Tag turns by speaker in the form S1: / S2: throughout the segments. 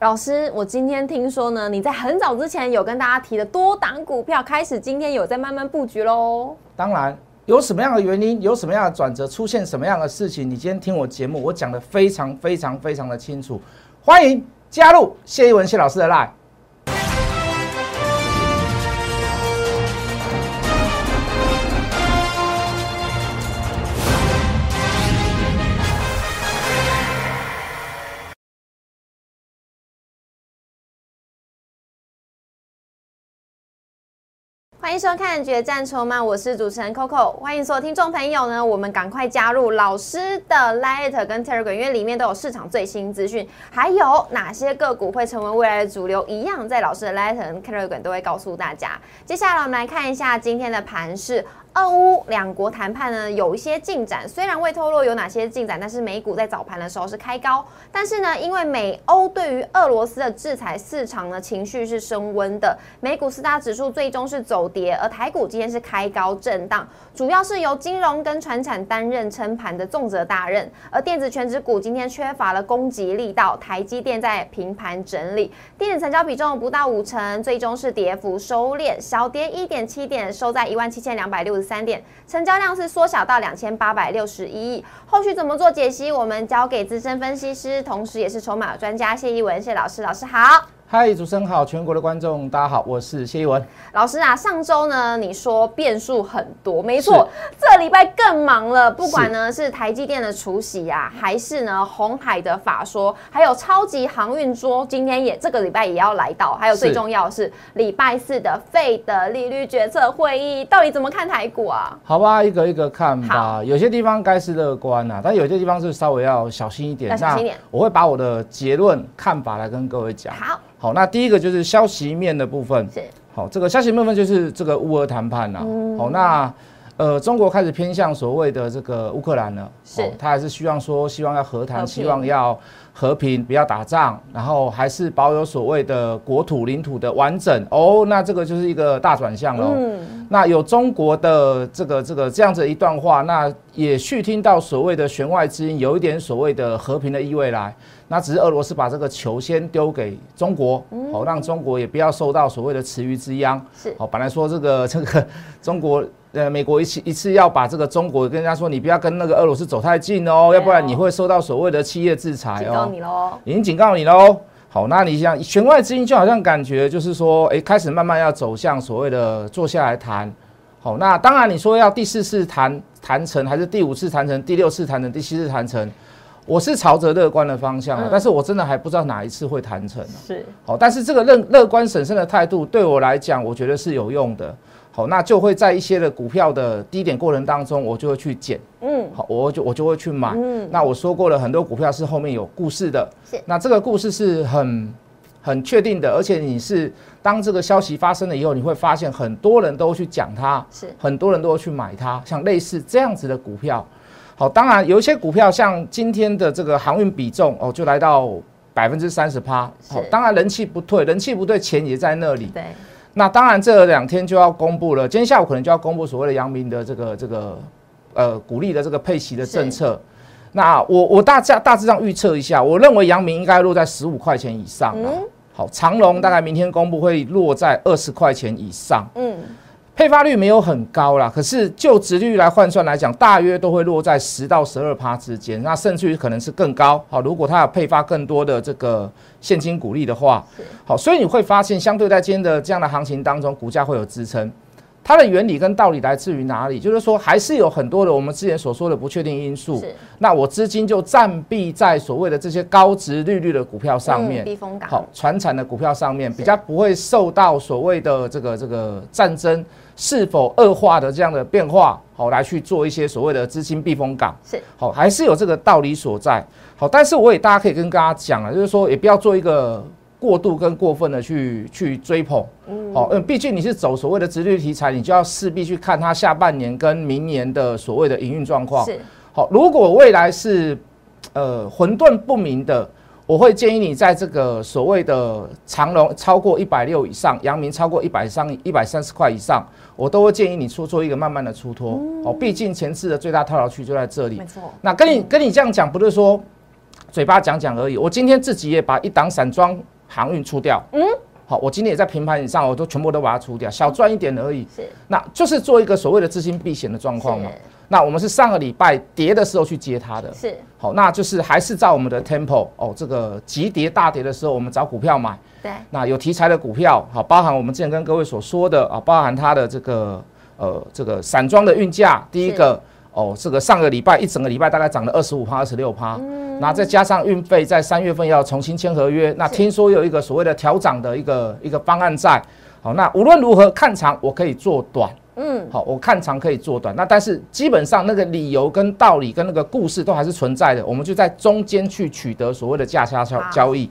S1: 老师，我今天听说呢，你在很早之前有跟大家提的多档股票，开始今天有在慢慢布局喽。
S2: 当然，有什么样的原因，有什么样的转折，出现什么样的事情，你今天听我节目，我讲的非常非常非常的清楚。欢迎加入谢一文谢老师的 line。
S1: 欢迎收看《决战筹码》，我是主持人 Coco。欢迎所有听众朋友呢，我们赶快加入老师的 Light 跟 Telegram，因为里面都有市场最新资讯，还有哪些个股会成为未来的主流，一样在老师的 Light 跟 Telegram 都会告诉大家。接下来我们来看一下今天的盘势。俄乌两国谈判呢有一些进展，虽然未透露有哪些进展，但是美股在早盘的时候是开高，但是呢，因为美欧对于俄罗斯的制裁，市场呢情绪是升温的。美股四大指数最终是走跌，而台股今天是开高震荡，主要是由金融跟船产担任撑盘的重责大任，而电子全指股今天缺乏了攻击力道，台积电在平盘整理，电子成交比重不到五成，最终是跌幅收敛，小跌一点七点，收在一万七千两百六十。三点，成交量是缩小到两千八百六十一亿。后续怎么做解析，我们交给资深分析师，同时也是筹码专家谢一文谢老师。老师好，
S2: 嗨，主持人好，全国的观众大家好，我是谢一文。
S1: 老师啊，上周呢你说变数很多，没错，这礼拜更忙了。不管呢是台积电的除夕啊，还是呢红海的法说，还有超级航运桌，今天也这个礼拜也要来到，还有最
S2: 是
S1: 重要的是礼拜四的费的利率决策会议，到底怎么看台股啊？
S2: 好吧，一个一个看吧
S1: 好。
S2: 有些地方该是乐观呐、但有些地方是稍微要小心一点。
S1: 要小心一点
S2: 我会把我的结论看法来跟各位讲。
S1: 好，
S2: 好，那第一个就是消息面的部分。
S1: 是
S2: 好，这个消息面部分就是这个乌俄谈判啦、
S1: 嗯
S2: 好，那呃，中国开始偏向所谓的这个乌克兰了。
S1: 是
S2: 哦他还是希望说，希望要和
S1: 和
S2: 谈，
S1: 平
S2: 希望要和平，不要打仗，然后还是保有所谓的国土领土的完整。哦，那这个就是一个大转向哦
S1: 嗯
S2: 喽。那有中国的这个这个这样子一段话，那也续听到所谓的弦外之音，有一点所谓的和平的意味来。那只是俄罗斯把这个球先丢给中国，好、让中国也不要受到所谓的池鱼之殃。
S1: 嗯是
S2: 好、本来说这个这个中国呃美国一次一次要把这个中国跟人家说，你不要跟那个俄罗斯走太近哦，
S1: 对哦
S2: 要不然你会受到所谓的企业制裁
S1: 警告
S2: 哦。
S1: 你喽。
S2: 已经警告你喽。好，那你想弦外之音就好像感觉就是说，哎，开始慢慢要走向所谓的坐下来谈。好，那当然你说要第四次谈谈成，还是第五次谈成，第六次谈成，第七次谈成，我是朝着乐观的方向啊，但是我真的还不知道哪一次会谈成、啊。
S1: 是
S2: 好，但是这个乐乐观审慎的态度对我来讲，我觉得是有用的。好，那就会在一些的股票的低点过程当中，我就会去减。
S1: 嗯，
S2: 好，我就我就会去买。那我说过了，很多股票是后面有故事的。
S1: 是
S2: 那这个故事是很很确定的，而且你是当这个消息发生了以后，你会发现很多人都去讲它，
S1: 是
S2: 很多人都会去买它，像类似这样子的股票。好，当然有一些股票像今天的这个航运比重哦，就来到百分之三十趴。
S1: 是
S2: 好，当然人气不退，人气不退，钱也在那里。
S1: 对，
S2: 那当然，这两天就要公布了，今天下午可能就要公布所谓的阳明的这个这个呃鼓励的这个配息的政策。那我我大家大致上预测一下，我认为阳明应该落在十五块钱以上、啊。好，长隆大概明天公布会落在二十块钱以上，
S1: 嗯，
S2: 配发率没有很高啦，可是就值率来换算来讲，大约都会落在十到十二趴之间，那甚至于可能是更高。好，如果它有配发更多的这个现金股利的话，好，所以你会发现，相对在今天的这样的行情当中，股价会有支撑。它的原理跟道理来自于哪里？就是说，还是有很多的我们之前所说的不确定因素
S1: 是。
S2: 那我资金就暂避在所谓的这些高值利率的股票上
S1: 嗯
S2: 面，
S1: 避风港
S2: 好，船产的股票上面比较不会受到所谓的这个这个战争是否恶化的这样的变化，好来去做一些所谓的资金避风港。
S1: 是
S2: 好，还是有这个道理所在。好，但是我也大家可以跟大家讲啊，就是说也不要做一个过度跟过分的去去追捧。好，嗯，毕竟你是走所谓的直率题材，你就要势必去看它下半年跟明年的所谓的营运状况。
S1: 是
S2: 好，如果未来是呃混沌不明的，我会建议你在这个所谓的长龙超过一百六以上，阳明超过一百上一百三十块以上，我都会建议你出做一个慢慢的出脱。哦，毕竟前次的最大套牢区就在这里
S1: 嗯没。错，
S2: 那跟你跟你这样讲，不是说嘴巴讲讲而已。我今天自己也把一档散装航运出掉，
S1: 嗯
S2: 嗯，好，我今天也在平盘以上，我都全部都把它出掉，小赚一点而已。
S1: 是
S2: 那就是做一个所谓的资金避险的状况嘛
S1: 是。
S2: 那我们是上个礼拜跌的时候去接它的，
S1: 是
S2: 好，那就是还是照我们的 tempo 哦，这个急跌大跌的时候，我们找股票买。
S1: 对，
S2: 那有题材的股票，好，包含我们之前跟各位所说的啊，包含它的这个呃这个散装的运价，第一个哦，这个上个礼拜一整个礼拜大概涨了二十五趴、二十六趴，那再加上运费在三月份要重新签合约，那
S1: 是
S2: 听说有一个所谓的调涨的一个一个方案在，好，那无论如何看长我可以做短。
S1: 嗯，
S2: 好，我看长可以做短，那但是基本上那个理由跟道理跟那个故事都还是存在的，我们就在中间去取得所谓的价差交
S1: 好
S2: 交易。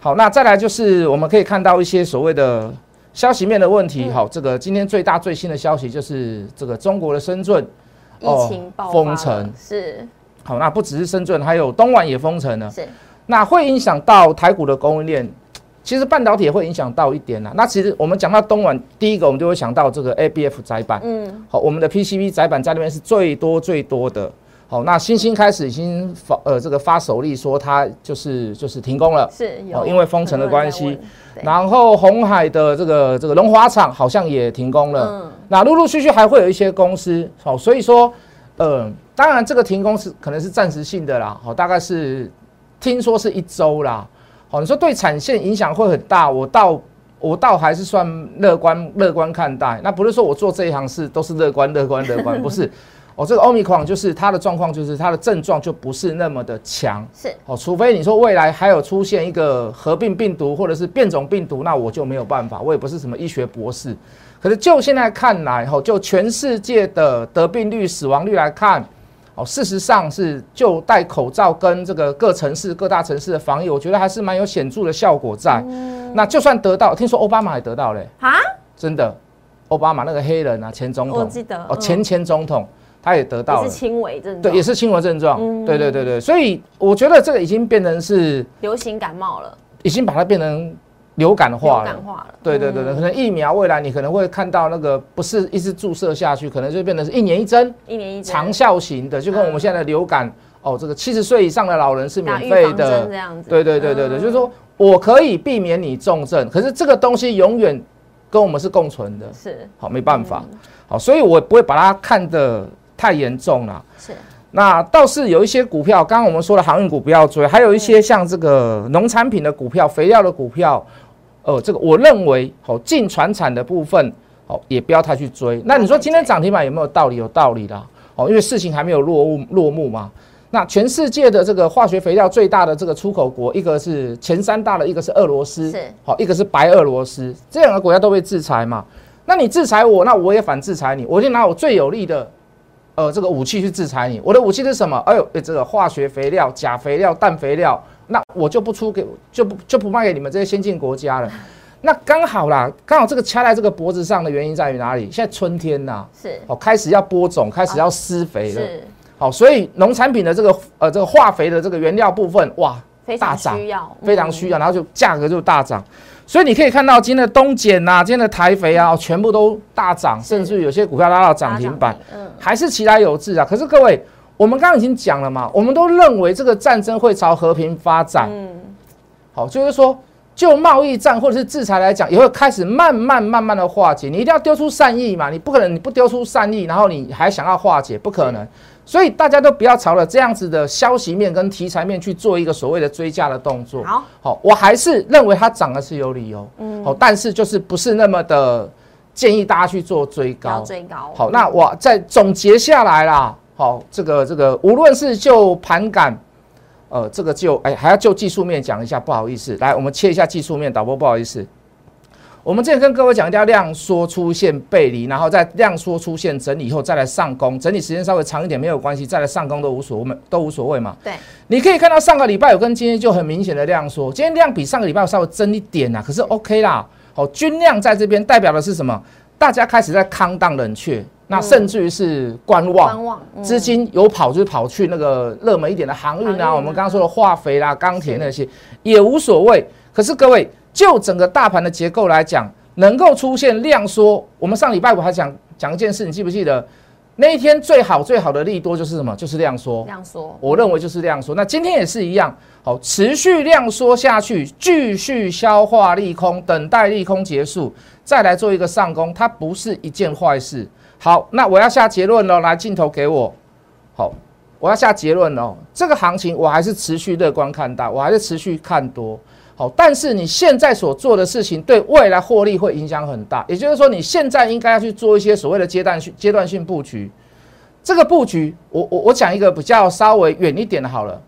S2: 好，那再来就是我们可以看到一些所谓的消息面的问
S1: 嗯
S2: 题。好，这个今天最大最新的消息就是这个中国的深圳，
S1: 疫情爆发了
S2: 哦封城
S1: 是
S2: 好，那不只是深圳，还有东莞也封城了。
S1: 是
S2: 那会影响到台股的供应链。其实半导体也会影响到一点啦。那其实我们讲到东莞，第一个我们就会想到这个 ABF 载板，
S1: 嗯
S2: 好，我们的 PCB 载板在那边是最多最多的。好，那星星开始已经发呃这个发手令说它就是就是停工了，
S1: 是有、
S2: 哦因为封城的关系
S1: 很多人在问，对
S2: 然后红海的这个这个龙华厂好像也停工了。
S1: 嗯
S2: 那陆陆续续还会有一些公司，好、所以说，呃，当然这个停工是可能是暂时性的啦，好、哦大概是听说是一周啦，好、你说对产线影响会很大，我倒我倒还是算乐观乐观看待，那不是说我做这一行事都是乐观乐观乐观，不是，哦，这个 omicron 就是它的状况就是它的症状就不是那么的强。
S1: 是
S2: 哦，除非你说未来还有出现一个合并病毒或者是变种病毒，那我就没有办法，我也不是什么医学博士。可是就现在看来，哦，就全世界的得病率、死亡率来看，哦，事实上是就戴口罩跟这个各城市、各大城市的防疫，我觉得还是蛮有显著的效果在。
S1: 哦
S2: 那就算得到，听说奥巴马也得到嘞、
S1: 啊
S2: 真的，奥巴马那个黑人啊，前总统，
S1: 我记得
S2: 哦，
S1: 嗯
S2: 前前总统他也得到
S1: 也
S2: 了
S1: 是。轻微症
S2: 对，
S1: 状，
S2: 也是轻微症状。
S1: 嗯
S2: 对对对对，所以我觉得这个已经变成是，
S1: 流行感冒了，
S2: 已经把它变成流感
S1: 流
S2: 化
S1: 感
S2: 了。
S1: 化嗯了，
S2: 对对对对，可能疫苗未来你可能会看到那个不是一直注射下去，可能就变成是一年一针
S1: 一年一针
S2: 长效型的，就跟我们现在的流感哦，这个七十岁以上的老人是
S1: 嗯打
S2: 免
S1: 预
S2: 费
S1: 防针这
S2: 的。
S1: 样子，
S2: 对对对对对，
S1: 嗯
S2: 就是说我可以避免你重症，可是这个东西永远跟我们是共存的，
S1: 是
S2: 好没办法，
S1: 嗯
S2: 好，所以我不会把它看得太严重啦。
S1: 是
S2: 那倒是有一些股票，刚刚我们说了航运股不要追，还有一些像这个农产品的股票、肥料的股票，呃，这个我认为哦，进船产的部分哦，也不要太去追。那你说今天涨停板有没有道理？有道理啦，哦，因为事情还没有落幕落幕嘛。那全世界的这个化学肥料最大的这个出口国，一个是前三大的，一个是俄罗斯，
S1: 是
S2: 好、一个是白俄罗斯，这两个国家都被制裁嘛。那你制裁我，那我也反制裁你，我就拿我最有利的，呃，这个武器去制裁你。我的武器是什么？哎呦，哎这个化学肥料、钾肥料、氮肥料，那我就不出给，就不就不卖给你们这些先进国家了。那刚好啦，刚好这个掐在这个脖子上的原因在于哪里？现在春天呐、
S1: 是
S2: 哦，开始要播种，开始要施肥了。
S1: 是
S2: 好、所以农产品的这个呃这个化肥的这个原料部分，哇，
S1: 非
S2: 大
S1: 常
S2: 涨
S1: 需要，嗯
S2: 非常需要，然后就价格就大涨。所以你可以看到今天的东碱呐、今天的台肥啊，全部都大涨，甚至有些股票拉到涨停板，，
S1: 嗯，
S2: 还是其来有志啊。可是各位，我们刚刚已经讲了嘛，我们都认为这个战争会朝和平发展，
S1: 嗯，
S2: 好，就是说。就贸易战或者是制裁来讲，也会开始慢慢慢慢的化解。你一定要丢出善意嘛，你不可能你不丢出善意，然后你还想要化解，不可能。所以大家都不要朝着这样子的消息面跟题材面去做一个所谓的追加的动作。
S1: 好，
S2: 好、我还是认为它涨的是有理由，嗯，好、但是就是不是那么的建议大家去做追
S1: 不嗯要
S2: 高。
S1: 追高，
S2: 好，那我再总结下来啦，好、这个这个，无论是就盘感，呃，这个就哎还要就技术面讲一下，不好意思，来我们切一下技术面，导播不好意思。我们之前跟各位讲，一定要量缩出现背离，然后再量缩出现整理以后再来上攻，整理时间稍微长一点没有关系，再来上攻都无所谓，都无所谓嘛。
S1: 对，
S2: 你可以看到上个礼拜有跟今天就很明显的量缩，今天量比上个礼拜有稍微增一点啊啦，可是 OK 啦。好，均量在这边代表的是什么？大家开始在康荡冷却，那甚至于是观望
S1: 嗯观，望嗯
S2: 资金有跑就是跑去那个热门一点的航运
S1: 航运
S2: 啊，
S1: 啊
S2: 我们刚刚说的化肥啦、钢铁那些也无所谓。可是各位，就整个大盘的结构来讲，能够出现量缩，我们上礼拜五还讲讲一件事，你记不记得？那一天最好最好的利多就是什么？就是量缩
S1: 这。样说，
S2: 我认为就是量缩。那今天也是一样，好，持续量缩下去，继续消化利空，等待利空结束，再来做一个上攻，它不是一件坏事。好，那我要下结论喽，来镜头给我。好，我要下结论喽。这个行情我还是持续乐观看待，我还是持续看多。好，但是你现在所做的事情对未来获利会影响很大，也就是说，你现在应该要去做一些所谓的阶段性阶段性布局。这个布局，我我我讲一个比较稍微远一点的好了。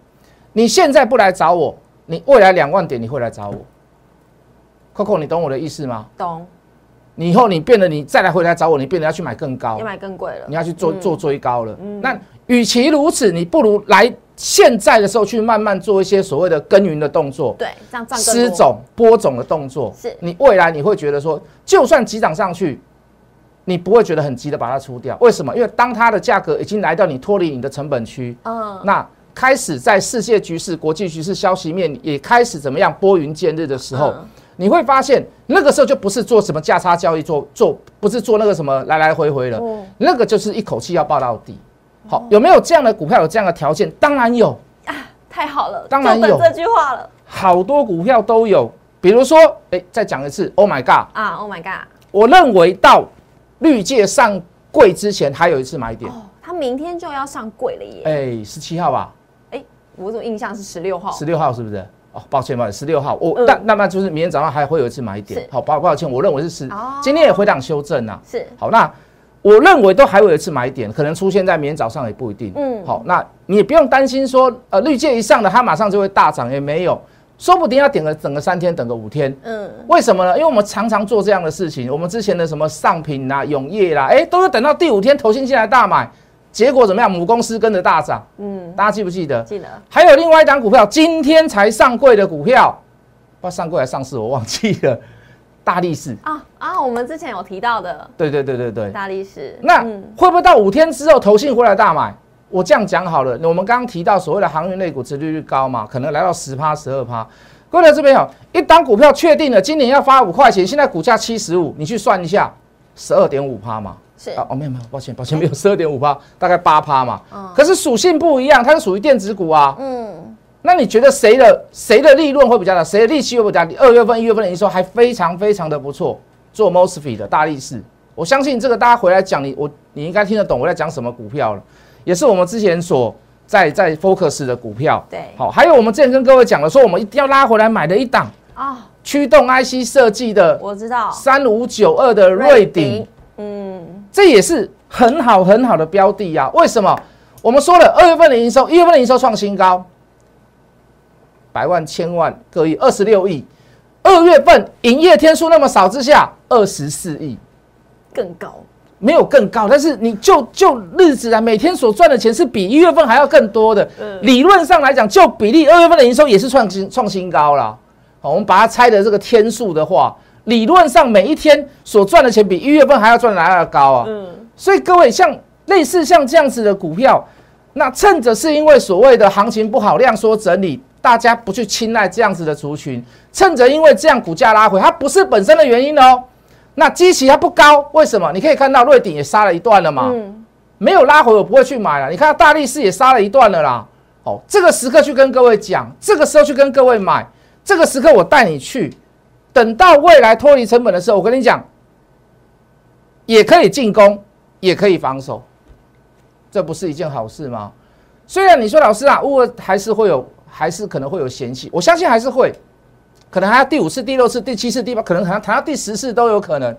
S2: 你现在不来找我，你未来两万点你会来找我。Coco，你懂我的意思吗？
S1: 懂，
S2: 你以后你变得你再来回来找我，你变得要去买更高
S1: 要，买嗯更贵了
S2: 你。要去做做追高了。那与其如此，你不如来现在的时候去慢慢做一些所谓的耕耘的动作。
S1: 对，这样赚更多。
S2: 施种、播种的动作，
S1: 是
S2: 你未来你会觉得说，就算急涨上去，你不会觉得很急的把它出掉。为什么？因为当它的价格已经来到你脱离你的成本区，
S1: 嗯，
S2: 那开始在世界局势、国际局势、消息面也开始怎么样拨云见日的时候，
S1: 嗯
S2: 你会发现那个时候就不是做什么价差交易，做做不是做那个什么来来回回了，
S1: 哦
S2: 那个就是一口气要爆到底。好，有没有这样的股票有这样的条件？当然有。
S1: 太好了，
S2: 当然
S1: 就等
S2: 有
S1: 这句话了
S2: 好多股票都有，比如说，哎，再讲一次，Oh my god，
S1: 啊！Oh my god！
S2: 我认为到绿界上柜之前还有一次买点，
S1: 哦，他明天就要上柜了耶！
S2: 哎，十七号吧，
S1: 哎，我怎么印象是十六号？
S2: 十六号是不是？哦，抱歉，抱歉，十六号，我、
S1: 嗯
S2: 那那那就是明天早上还会有一次买点
S1: 是，
S2: 好，抱抱歉，我认为是十、
S1: 哦
S2: 今天也回档修正啊，
S1: 是
S2: 好，那我认为都还会有一次买点，可能出现在明天早上也不一定。
S1: 嗯
S2: 嗯，好，那你也不用担心说，呃，绿界一上的它马上就会大涨，也没有，说不定要等个等个三天，等个五天。
S1: 嗯，
S2: 为什么呢？因为我们常常做这样的事情，我们之前的什么上品啦、永业啦，哎，都是等到第五天投信进来大买，结果怎么样？母公司跟着大涨，
S1: 嗯
S2: 嗯，大家记不记得？
S1: 记得
S2: 还有另外一档股票，今天才上柜的股票，不知道上柜还是上市，我忘记了，大力士，
S1: 啊啊！我们之前有提到的
S2: 对对对对对，
S1: 大力士，
S2: 那
S1: 嗯
S2: 会不会到五天之后投信回来大买？我这样讲好了，我们刚刚提到所谓的航运类股殖利率高嘛，可能来到十趴、十二趴。各位投资朋友，一档股票确定了今年要发五块钱，现在股价七十五，你去算一下，十二点五趴嘛。
S1: 是
S2: 啊，哦，没有没有，抱歉抱歉，没有十二点五趴，大概八趴嘛。
S1: 嗯
S2: 可是属性不一样，它是属于电子股啊。
S1: 嗯
S2: 那你觉得谁的谁的利润会比较大？谁的利息会比较低？二月份、一月份的营收还非常非常的不错，做 Mosfet 的大力士，我相信这个大家回来讲，你我你应该听得懂我在讲什么股票了，也是我们之前所在在 focus 的股票。
S1: 对
S2: 好，还有我们之前跟各位讲的，说我们一定要拉回来买的一档
S1: 啊，
S2: 驱动 IC 设计的
S1: 我知道
S2: 三五九二的瑞鼎，，
S1: 嗯
S2: 这也是很好很好的标的呀、为什么？我们说了，二月份的营收，一月份的营收创新高，百万、千万、各亿，二十六亿。二月份营业天数那么少之下，二十四亿，
S1: 更高，
S2: 没有更高，但是你就就日子啊，每天所赚的钱是比一月份还要更多的。
S1: 嗯
S2: 理论上来讲，就比例，二月份的营收也是创新创新高啦。好，我们把它拆的这个天数的话，理论上每一天所赚的钱比一月份还要赚来的高啊。
S1: 嗯
S2: 所以各位，像类似像这样子的股票，那趁着是因为所谓的行情不好，量缩整理，大家不去青睐这样子的族群，趁着因为这样股价拉回，它不是本身的原因哦。那基期它不高，为什么？你可以看到瑞鼎也杀了一段了嘛。
S1: 嗯，
S2: 没有拉回，我不会去买了。你看大力士也杀了一段了啦。哦，这个时刻去跟各位讲，这个时候去跟各位买，这个时刻我带你去。等到未来脱离成本的时候，我跟你讲，也可以进攻，也可以防守，这不是一件好事吗？虽然你说老师啊，乌尔还是会有，还是可能会有嫌弃，我相信还是会，可能还要第五次、第六次、第七次、第八，可能还要谈到第十次都有可能，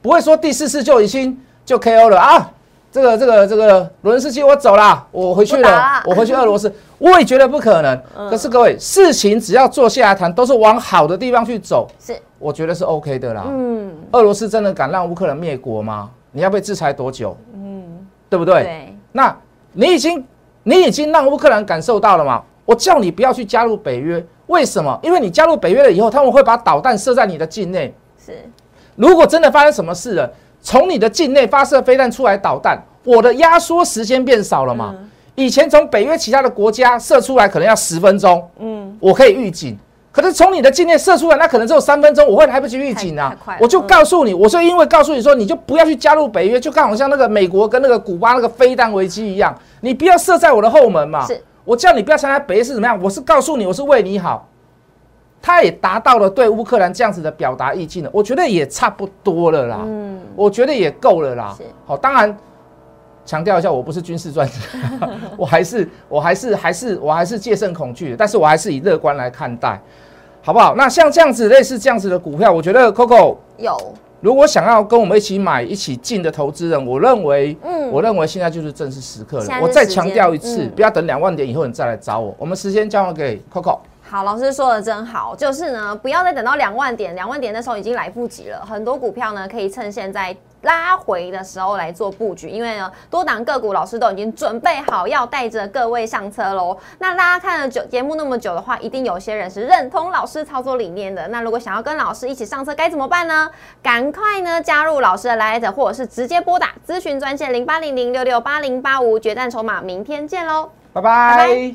S2: 不会说第四次就已经就 KO 了啊。这个这个这个轮世纪我走啦，我回去
S1: 不打啦
S2: 了，我回去俄罗斯，我也觉得不可能。可是各位，事情只要坐下来谈，都是往好的地方去走，
S1: 是
S2: 我觉得是 OK 的啦。
S1: 嗯
S2: 俄罗斯真的敢让乌克兰灭国吗？你要被制裁多久？
S1: 嗯
S2: 对不对？
S1: 对，
S2: 那你已经你已经让乌克兰感受到了嘛？我叫你不要去加入北约，为什么？因为你加入北约了以后，他们会把导弹射在你的境内。
S1: 是
S2: 如果真的发生什么事了，从你的境内发射飞弹出来导弹，我的压缩时间变少了
S1: 嗯
S2: 嘛？以前从北约其他的国家射出来可能要十分钟，
S1: 嗯
S2: 我可以预警。可是从你的境内射出来，那可能只有三分钟，我会来不及预警啊
S1: 太太快了！
S2: 我就告诉你，我是因为告诉你说，你就不要去加入北约，就刚好像那个美国跟那个古巴那个飞弹危机一样，你不要射在我的后门嘛。
S1: 是
S2: 我叫你不要参加北约是怎么样？我是告诉你，我是为你好。他也达到了对乌克兰这样子的表达意境了，我觉得也差不多了啦。
S1: 嗯，
S2: 我觉得也够了啦
S1: 是。
S2: 好、当然强调一下，我不是军事专 家，我还是我还是还是我还是戒慎恐惧的，但是我还是以乐观来看待，好不好？那像这样子类似这样子的股票，我觉得 Coco
S1: 有，
S2: 如果想要跟我们一起买、一起进的投资人，我认为。
S1: 嗯，
S2: 我认为现在就是正式时刻了
S1: 现在。是
S2: 我再
S1: 时间
S2: 强调一次，
S1: 嗯
S2: 不要等两万点以后你再来找我。我们时间交还给 Coco。
S1: 好，老师说的真好，就是呢，不要再等到两万点，两万点那时候已经来不及了。很多股票呢，可以趁现在拉回的时候来做布局，因为呢，多档个股老师都已经准备好要带着各位上车喽。那大家看了久节目那么久的话，一定有些人是认同老师操作理念的。那如果想要跟老师一起上车，该怎么办呢？赶快呢加入老师的 Lite，或者是直接拨打咨询专线零八零零六六八零八五，决战筹码，明天见喽。
S2: 拜
S1: 拜
S2: 拜